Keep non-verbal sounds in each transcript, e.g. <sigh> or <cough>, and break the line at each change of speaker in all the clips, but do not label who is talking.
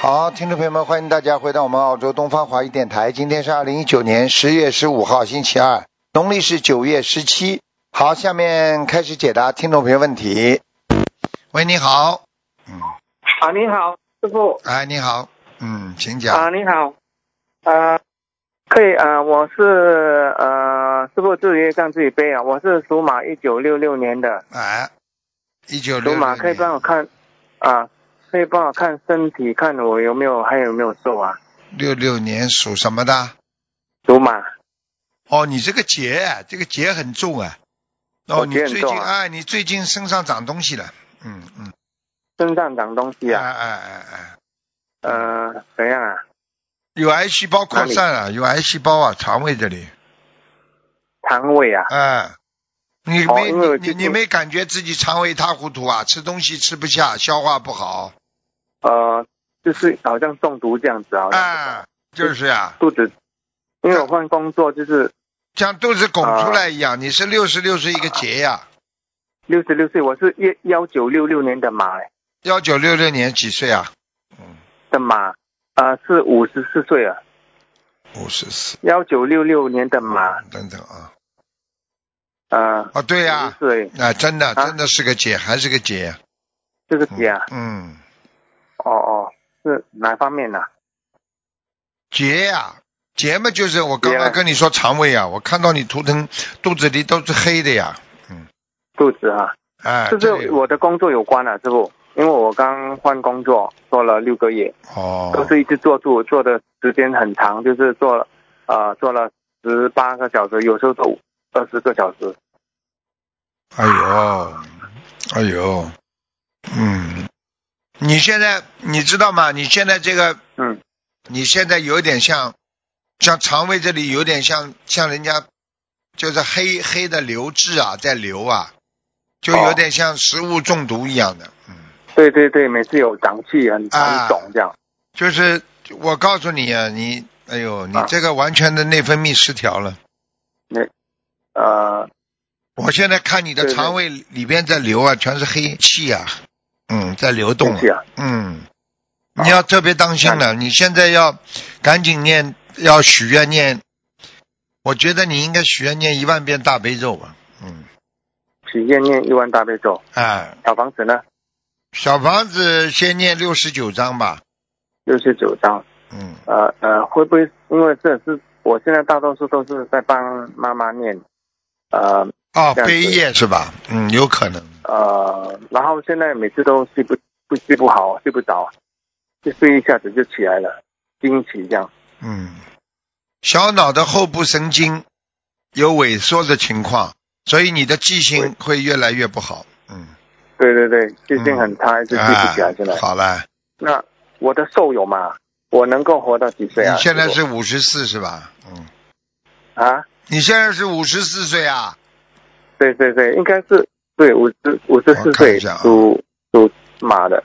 好，听众朋友们，欢迎大家回到我们澳洲东方华语电台。今天是二零一九年十月十五号，星期二，农历是九月十七。好，下面开始解答听众朋友问题。喂，你好。嗯，
啊，你好，师傅
哎，你好。嗯，请讲。
啊，你好，呃，可以呃，我是呃，师傅自己让自己背啊，我是属马，一九六六年的
哎，一九六
属马，可以帮我看啊，可以帮我看身体，看我有没有还有没有瘦啊？
六六年属什么的？
属马，
哦，你这个结啊，这个结很重啊。哦，
哦
你
结很
最
重
近
啊
哎，你最近身上长东西了。嗯嗯。
身上长东西
哎
啊，
哎哎哎，
呃，怎样啊？
有癌细胞扩散了，有癌细胞啊，肠胃这里。
肠胃啊，
哎，你
哦
没、
因为我
你
最
你你
近
没感觉自己肠胃一塌糊涂啊？吃东西吃不下，消化不好。
呃，就是好像中毒这样子啊，
哎，就是呀、
肚子，因为我换工作就是
像肚子拱
啊
出来一样。你是六十六是一个结呀、
六十六岁，我是一幺九六六年的马、哎
幺九六六年几岁啊？
的马，呃，是五十四岁了，
五十四。
幺九六六年的马，
等等啊，
呃，
哦对呀、
五十岁，
啊，真的，
啊
真的是个姐，还是个姐。
这个姐啊，
嗯，
哦哦，是哪方面啊呢、
姐呀、姐嘛就是我刚
结
才
了
跟你说肠胃啊，我看到你图腾肚子里都是黑的呀，
肚子啊，
哎，
就
这里
是我的工作有关啊，师傅，因为我刚换工作，做了六个月，都
哦，
是一直做住，做的时间很长，就是做了，呃，做了十八个小时，有时候做二十个小时，
哎呦，哎呦，嗯，你现在你知道吗？你现在这个，
嗯，
你现在有点像，像肠胃这里有点像像人家就是黑黑的流质啊，在流啊，就有
哦
点像食物中毒一样的，嗯。
对对对，每次有胀气，很
啊
很肿这样，
就是我告诉你啊，你哎呦，你
啊
这个完全的内分泌失调了。
呃，
我现在看你的
对对
肠胃里边在流啊，全是黑气啊，嗯，在流动
胀
啊
气，啊，
嗯，你要特别当心了。你现在要赶紧念，要许愿念。我觉得你应该许愿念一万遍大悲咒吧，嗯，
许愿念一万大悲咒，
哎，
小房子呢
小房子先念六十九章吧，
六十九张。
嗯，
呃呃，会不会因为这是我现在大多数都是在帮妈妈念，呃
哦，
这样子
悲业是吧？嗯，有可能。
呃，然后现在每次都睡不不睡不好，睡不着，就睡一下子就起来了，惊奇这样。
嗯，小脑的后部神经有萎缩的情况，所以你的记性会越来越不好。嗯，啊
对对对，记性很差，就记不起来啊现在。
好了，
那我的寿有吗？我能够活到几岁啊？
你现在
师
是五十四是吧？嗯，
傅啊？
你现在是五十四岁啊？
对对对，应该是对五十五十
我
四
看一
岁
下啊
属属马的，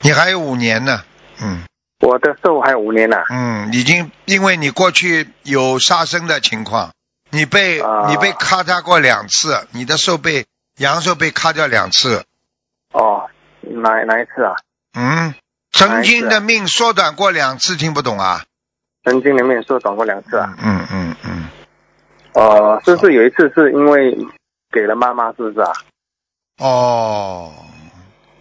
你还有五年呢。嗯
我的寿还有五年啊呐、
嗯，已经因为你过去有杀生的情况，你被、
啊
你被咔嚓过两次，你的寿被阳寿被咔掉两次。
哦，哪哪一次啊？
嗯，曾经
哎是
的命缩短过两次，听不懂啊？
曾经里面说短过两次啊。
嗯嗯嗯。
呃，是不是有一次是因为给了妈妈，是不是啊？
哦，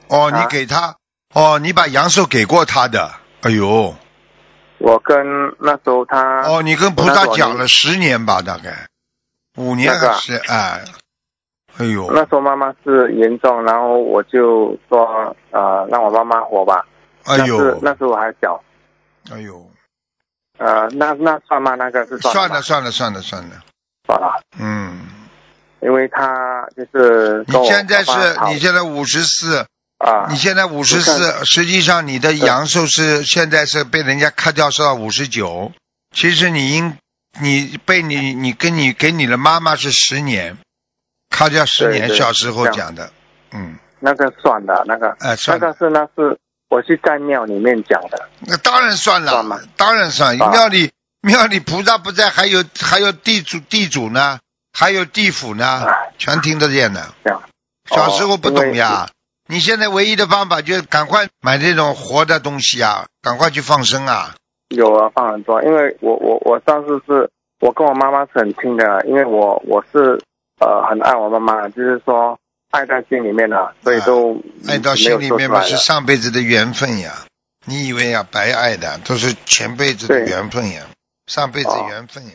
哦，
啊
你给他，哦，你把阳寿给过他的。哎呦，
我跟那时候他，
哦，你跟菩
那
萨
是我
讲
啊那
了十年吧，大概五年
那个啊
还是哎，哎呦，
那时候妈妈是严重，然后我就说呃，让我妈妈活吧。
哎
那是
呦，
那时候我还小，
哎呦，
呃，那那算吗？那个是算
算了
了吧
算了算了算了，
算了，
嗯，
因为他就是
你
跟我
现在
爸爸
是
吵嗯
你现在五十四，
啊，
你现在五十四，实际上你的阳寿是现在是被人家咔掉是到五十九，其实你应你被你你跟你给你的妈妈是十年，咔掉十年，
对对
小时候
这
讲
样
的，嗯，
那个算的，那个
哎
那
算
个
了，
是那是我去在庙里面讲的，
那当然算
算吗
了，当然算，
啊
庙里庙里菩萨不在，还有还有地主地主呢，还有地府呢
哎，
全听得见的
这样，哦
小时候不懂呀，你现在唯一的方法就是赶快买这种活的东西啊，赶快去放生啊。
有啊，放很多，因为我我我上次是我跟我妈妈是很亲的，啊因为我我是呃很爱我妈妈，就是说爱在心里面的，所以都
啊爱到
嗯没
心
有
里面嘛，
说出来
是
的
上辈子的缘分呀。你以为啊，白爱的都是前辈子的
对
缘分呀，上辈子
哦
缘分呀，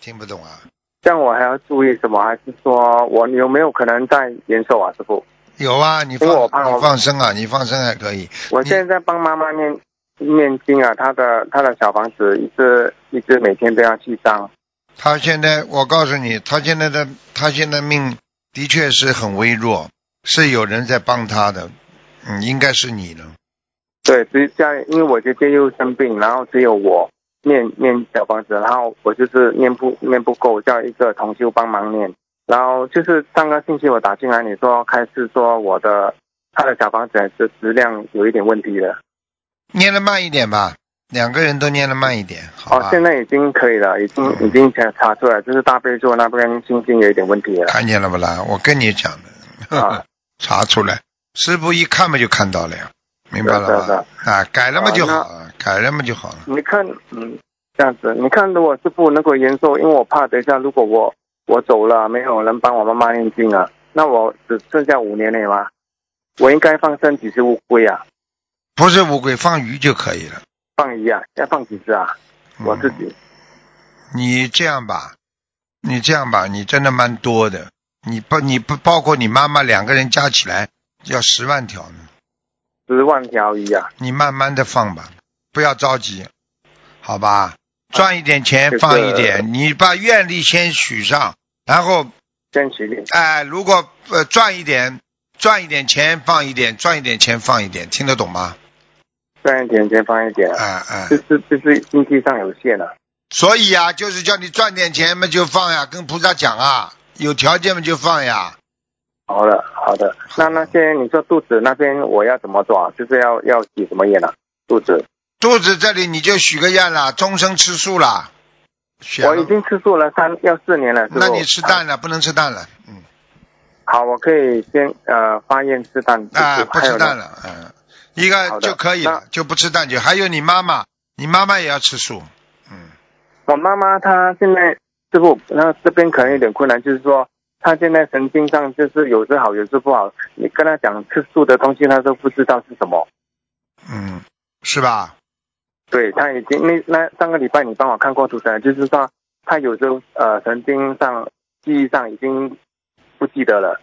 听不懂啊？
这样我还要注意什么？还是说我有没有可能在延寿啊，师傅？
有啊，你放
因为我怕
你
我
放生啊，你放生还可以。
我
你
现在在帮妈妈念念经啊，她的她的小房子一直一直每天都要去张，
他现在，我告诉你，他现在的他现在命的确是很微弱，是有人在帮他的，嗯，应该是你了。
对，只家里因为我姐姐又生病，然后只有我念念小房子，然后我就是念不念不够，叫一个同修帮忙念。然后就是上个星期我打进来，你说开始说我的他的小房子还是质量有一点问题的，
念的慢一点吧，两个人都念的慢一点，好
哦
吧？，
现在已经可以了，已经已经查查出来，就是大悲咒那边心经有一点问题了
看见了不啦？我跟你讲的，
啊
<laughs> 查出来，师傅一看嘛就看到了呀，明白
是啊
了
是啊
吧？啊，改了嘛就好
啊
了，改了嘛就好了。
你看，嗯，这样子，你看，如果是不能够延寿，因为我怕等一下如果我我走了，没有人帮我妈妈念经啊，那我只剩下五年了吗？我应该放生几只乌龟啊，
不是乌龟，放鱼就可以了。
放鱼啊，要放几只啊？
嗯
我自己，
你这样吧，你这样吧，你真的蛮多的。你不，你不包括你妈妈两个人加起来要十万条呢。
十万条鱼啊，
你慢慢的放吧，不要着急，好吧？赚一点钱
这个
放一点，你把愿力先许上，然后
先取定。
哎、如果呃赚一点，赚一点钱放一点，赚一点钱放一点，听得懂吗？
赚一点先放一点
哎、
啊，
哎、
就是就是经济上有限啊。
所以啊，就是叫你赚点钱嘛就放呀，跟菩萨讲啊，有条件嘛就放呀。
好的，好的。那那些你说肚子那边我要怎么做啊？就是要要许什么愿啊？肚子，
肚子这里你就许个愿啦，终生吃素啦。选
我
了
已经吃素了三要四年了。师傅
那你吃
啊
蛋了，不能吃蛋了，嗯，
好，我可以先呃发愿吃蛋，
<laughs> 啊，不吃蛋
了。
了，嗯，一个
好的
就可以了，就不吃蛋就。还有你妈妈，你妈妈也要吃素，嗯，
我妈妈她现在师傅，那这边可能有点困难，就是说她现在神经上就是有时好，有时不好。你跟她讲吃素的东西，她都不知道是什么。
嗯，是吧？
对，她已经那那上个礼拜你帮我看过图层，就是说她有时候呃神经上记忆上已经不记得了。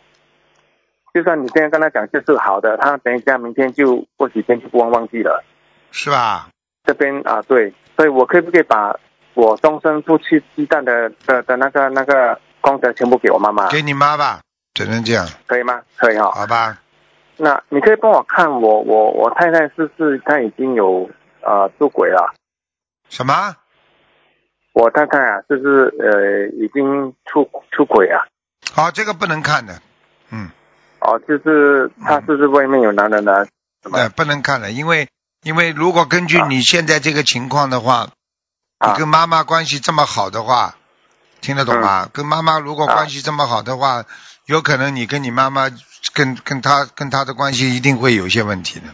就算你现在跟她讲就是好的，她等一下明天就过几天就不忘忘记了。
是吧？
这边啊，对，所以我可不可以把我终身不吃鸡蛋的的的那个那个功德全部给我妈妈，
给你妈吧，只能这样，
可以吗？可以哈、
好吧？
那你可以帮我看我我我太太是不是她已经有呃出轨了？
什么？
我太太啊，是不是呃已经出出轨啊？
好，哦这个不能看的，嗯，
哦，就是她是不是外面有男人呢？什么
对，呃不能看了，因为因为如果根据
啊
你现在这个情况的话，
啊
你跟妈妈关系这么好的话，听得懂吗？跟妈妈如果
啊
关系这么好的话，有可能你跟你妈妈跟跟她跟她的关系一定会有一些问题的，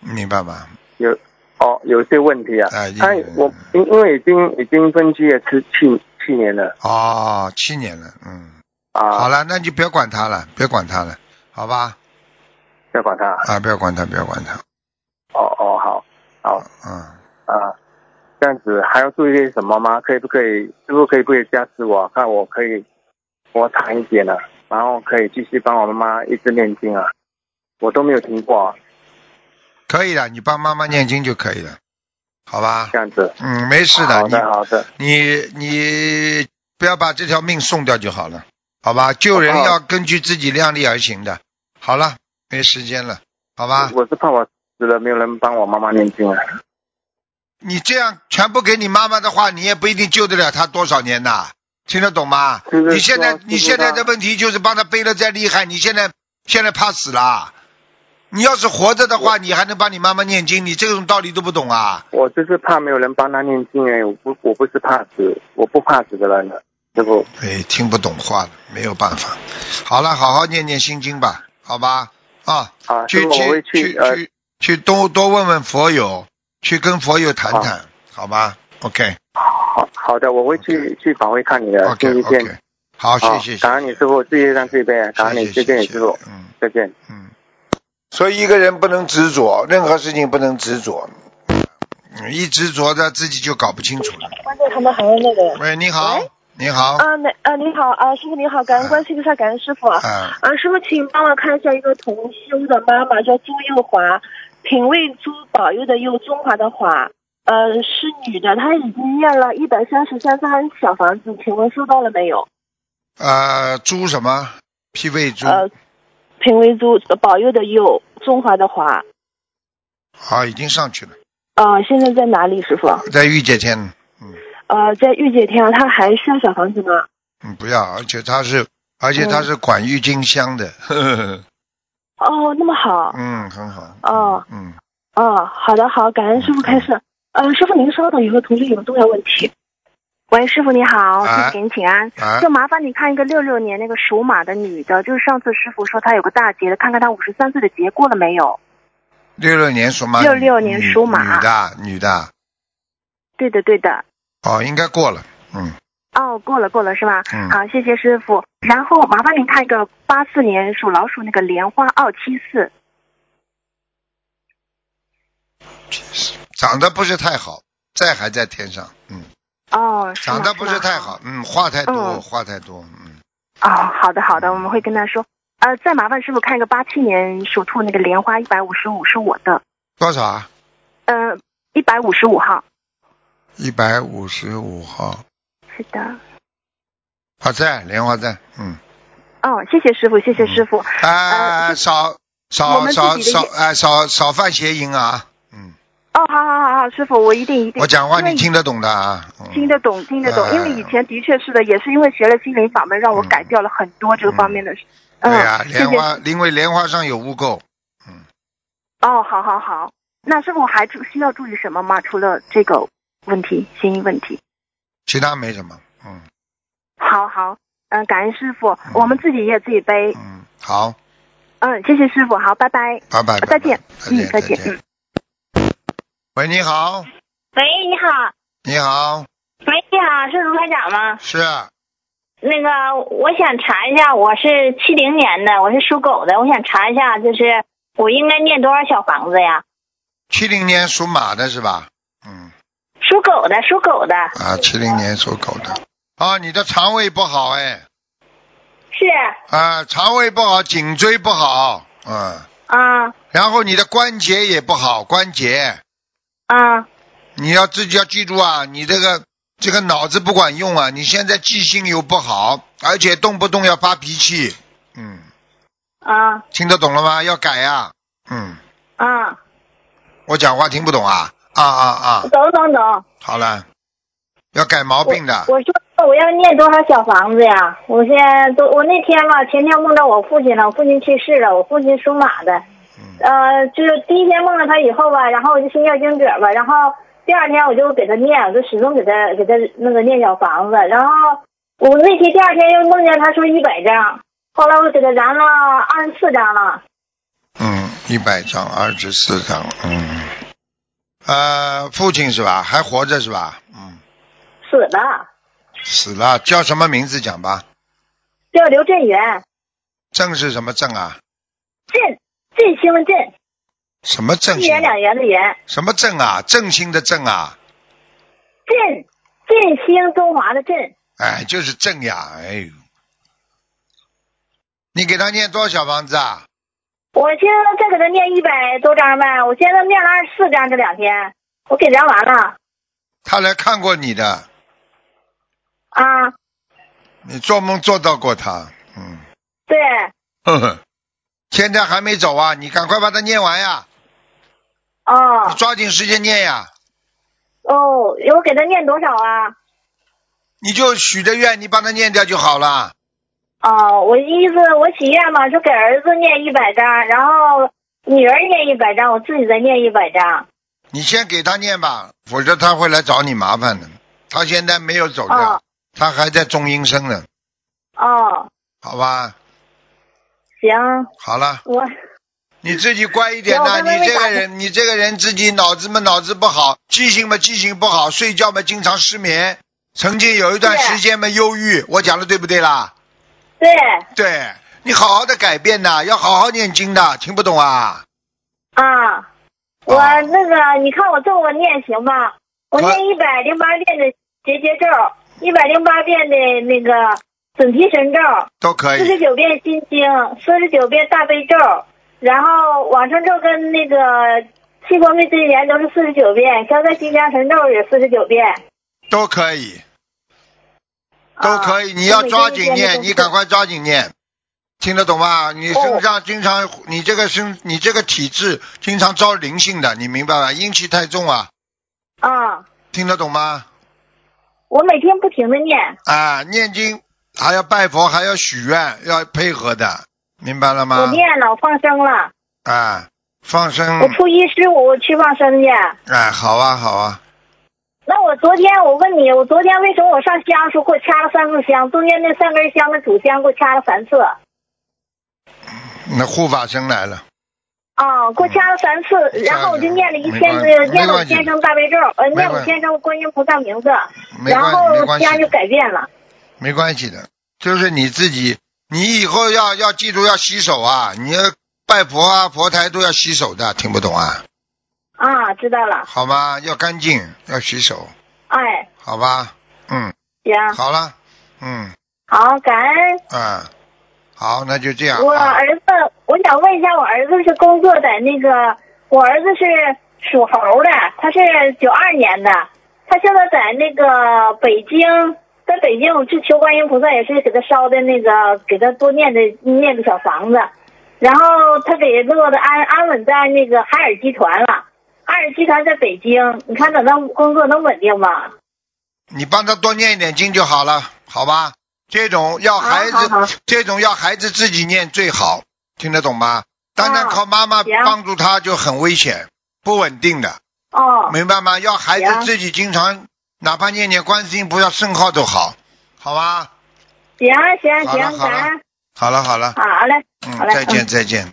明白吗？
有哦有些问题啊
哎？
她
因为
我因因为已经已经分居了七七七年了
哦，七年了，嗯，
啊，
好，了，那你就不要管他了，不要管他了，好吧？
不要管她。
啊，不要管他，不要管他，
哦哦好好。
嗯，
啊，这样子还要注意些什么吗？可以不可以？师傅可以不可以加持我？看我可以我长一点了、然后可以继续帮我妈妈一直念经啊，我都没有听过、啊、
可以的，你帮妈妈念经就可以了，好吧？
这样子。
嗯，没事
好
你
的好的，
你你不要把这条命送掉就好了，好吧？救人
好
要根据自己量力而行的。好了，没时间了，好吧？
我是怕我死了没有人帮我妈妈念经啊。
你这样全部给你妈妈的话，你也不一定救得了她多少年呐，听得懂吗？
就是说
你现在
就是
你现在的问题就是帮她背的再厉害，你现在现在怕死啦。你要是活着的话，你还能帮你妈妈念经，你这种道理都不懂啊？
我就是怕没有人帮她念经哎，我不我不是怕死，我不怕死的人了，师傅。
哎，听不懂话了，没有办法。好了，好好念念心经吧，好吧？啊，
啊，
去
师傅我
去
会
去
呃
去去多多问问佛友，去跟佛友谈谈，好吧？OK
好好的，我会去去法会看你的
OK
星期天。
OK，好，谢
好
谢，
啊感恩你师傅，自己让自己背，感恩你，
谢
谢
谢
谢你
谢
师
谢
傅，，
嗯
再见。
嗯。所以一个人不能执着，任何事情不能执着，嗯一执着他自己就搞不清楚了。
观众他们还有那个，
喂，你好
喂，
你好，
啊，那啊，你好啊，师傅你好，感恩关心一下，感恩师傅。啊，
啊，
师傅，请帮我看一下一个同修的妈妈叫朱幼华，品味朱保佑的佑，中华的华，呃，是女的，她已经念了一百三十三张小房子，请问收到了没有？
呃，猪什么？脾胃猪。
呃，品味朱保佑的佑，中华的华，
好，已经上去了，
呃，现在在哪里，师傅？
在御界天，
呃，在御界天，她还需要小房子吗？
嗯，不要，而且他是，而且
嗯
他是管郁金香的， <laughs> 呵呵呵，
哦，那么好。
嗯，很好，
哦
嗯，嗯，
哦，好的，好，感恩师傅开示。嗯、师傅您稍等，有个同学有个重要问题。
喂，师傅你好，
哎
师傅给你请安。
啊
就，麻烦你看一个六六年那个属马的女的，就是上次师傅说她有个大劫的，看看她五十三岁的劫过了没有？
六六年属马，
66年
女
属马
女的，女的，
对的，对的。
哦，应该过了，嗯，
哦，过了，过了是吧？
嗯
好，谢谢师傅。然后麻烦您看一个八四年属老鼠那个莲花二七四，
长得不是太好，在还在天上，嗯，
哦，是吗
长得不是太。好，嗯，话太多，
嗯
话太多，嗯，
吗哦，好的，好的，我们会跟她说。呃，再麻烦师傅看一个八七年属兔那个莲花一百五十五是我的，
多少啊？
呃，一百五十五号。
一百五十五号，
是的。
啊，在莲花在，嗯，
哦，谢谢师傅，谢谢师傅。
啊，
呃
少
我
少
们自
少
己的
少，
业
哎，少少犯邪淫啊，嗯。
哦，好好好好，师傅，我一定一定。
我讲话
因为
你听得懂的啊？嗯
听得懂，听得懂，因为
哎
以前的确是的，也是因为学了心灵法门，让我改掉了很多这个方面的事。
对
嗯，
呀、莲
谢谢。
花，因为莲花上有污垢，
哦，好好好，那师傅还注需要注意什么吗？除了这个问题，心理问题。
其他没什么。嗯
好好，嗯，感恩师傅，我们自己也自己背。
嗯，好，
嗯，谢谢师傅，好，拜拜。
拜拜。
再见
拜
嗯
拜再
再见
见。喂，你好，
喂，你好，
你好，
喂，你好，是卢台长吗？
是啊
那个，我想查一下，我是七零年的，我是属狗的，我想查一下，就是我应该念多少小房子呀？
七零年属马的是吧？嗯
属狗的，属狗的，
啊，七零年属狗的。啊，你的肠胃不好哎，
是
啊，肠胃不好，颈椎不好，嗯，
啊
然后你的关节也不好，关节，
啊
你要自己要记住啊，你这个这个脑子不管用啊，你现在记性又不好，而且动不动要发脾气，嗯，
啊
听得懂了吗？要改呀、嗯，
啊，
我讲话听不懂啊，啊啊啊，
懂懂懂。
好了，要改毛病的，
我说哦我要念多少小房子呀？我现在都我那天吧，前天梦到我父亲了，我父亲去世了，我父亲属马的，
嗯
呃，就是第一天梦到他以后吧，然后我就心跳经者吧，然后第二天我就给他念，我就始终给他给他那个念小房子，然后我那天第二天又梦见他说一百张，后来我给他燃了二十四张了，
嗯，一百张，二十四张，嗯，呃，父亲是吧？还活着是吧？嗯，
死了，
死了，叫什么名字讲吧？
叫刘振元，
郑是什么郑啊？
振振兴的振，
什么郑
一？元两元的元，
什么郑啊？振兴的郑啊？
振振兴中华的振，
哎，就是正呀，哎呦，你给他念多少小房子啊？
我现在再给他念一百多张呗，我现在念了二十四张这两天，我给燃完了
他来看过你的，
啊，
你做梦做到过他，嗯，
对，
呵呵， <laughs> 现在还没走啊，你赶快把它念完呀，
哦
你。抓紧时间念呀，
哦，我给他念多少啊？
你就许的愿，你把它念掉就好了。
哦，我意思我许愿嘛，是给儿子念一百张，然后女儿念一百张，我自己再念一百张。
你先给他念吧，否则他会来找你麻烦的。他现在没有走掉，
哦
他还在中阴身呢，
哦，
好吧？
行，
好了，
我
你自己乖一点
行
呐、
我刚才
你
没
这个
打听
人，你这个人自己脑子嘛脑子不好，记性嘛记性不好，睡觉嘛经常失眠，曾经有一段
对
时间嘛忧郁，我讲的对不对啦？
对，
对，你好好的改变呐、要好好念经的，听不懂啊？
啊，我
啊
那个，你看我咒我念行吗？我
可
念一百零八遍的结节咒，一百零八遍的那个准提神咒，
都可
四十 <laughs>
以，
九遍心经，四十九遍大悲咒，然后往生咒跟那个七佛灭罪言都是四十九遍，消灾吉祥神咒也四十九遍，
都可以，都可以。
啊
你要
每天
抓
一
紧
遍
念，
都
你
是
赶快抓紧念，听得懂吗？你身上经常，
哦
你这个身，你这个体质经常招灵性的，你明白吧？阴气太重啊，
啊，
听得懂吗？
我每天不停的念，
啊，念经还要拜佛，还要许愿，要配合的，明白了
我
吗？
念了，我放生了，
啊，放
我
生，
初一十五去放生去。
哎，好啊，好啊，
那我昨天我问你，我昨天为什么我上香的时候给我掐了三次香，中间那三根香的主香给我掐了三次
那护法神来了，
啊，给我掐了三次，然后我就念了一千
嗯没关
个
系
念了我先生大悲咒，呃，
没关系
念我先生观音菩萨名字，
没
然
关系，没
后
关系
香就
的，
改变了。
没关系的，就是你自己，你以后要要记住要洗手啊，你要拜佛啊，佛台都要洗手的，听不懂啊？
啊，知道了，
好吗？要干净，要洗手，
哎，
好吧？嗯，
行，
好了，嗯
好，感恩。
啊，好，那就这样
我
啊。
儿子，我想问一下，我儿子是工作在那个，我儿子是属猴的，他是九二年的，他现在在那个北京，在北京我去求观音菩萨，也是给他烧的那个，给他多念的念个小房子，然后他给落的安安稳在那个海尔集团了，海尔集团在北京，你看等他工作能稳定吗？
你帮他多念一点经就好了，好吧？这种要孩子，
好好好
这种要孩子自己念最好，听得懂吗？单单
哦
靠妈妈
行
帮助他就很危险，不稳定的，
哦，
明白吗？要孩子
行
自己经常，哪怕念念观世音菩萨圣号都好，好吧？
行啊行
好了
行，
好
感
了
恩，
好了好了，
好嘞，
嗯
好，嘞，
再
嗯
见再见。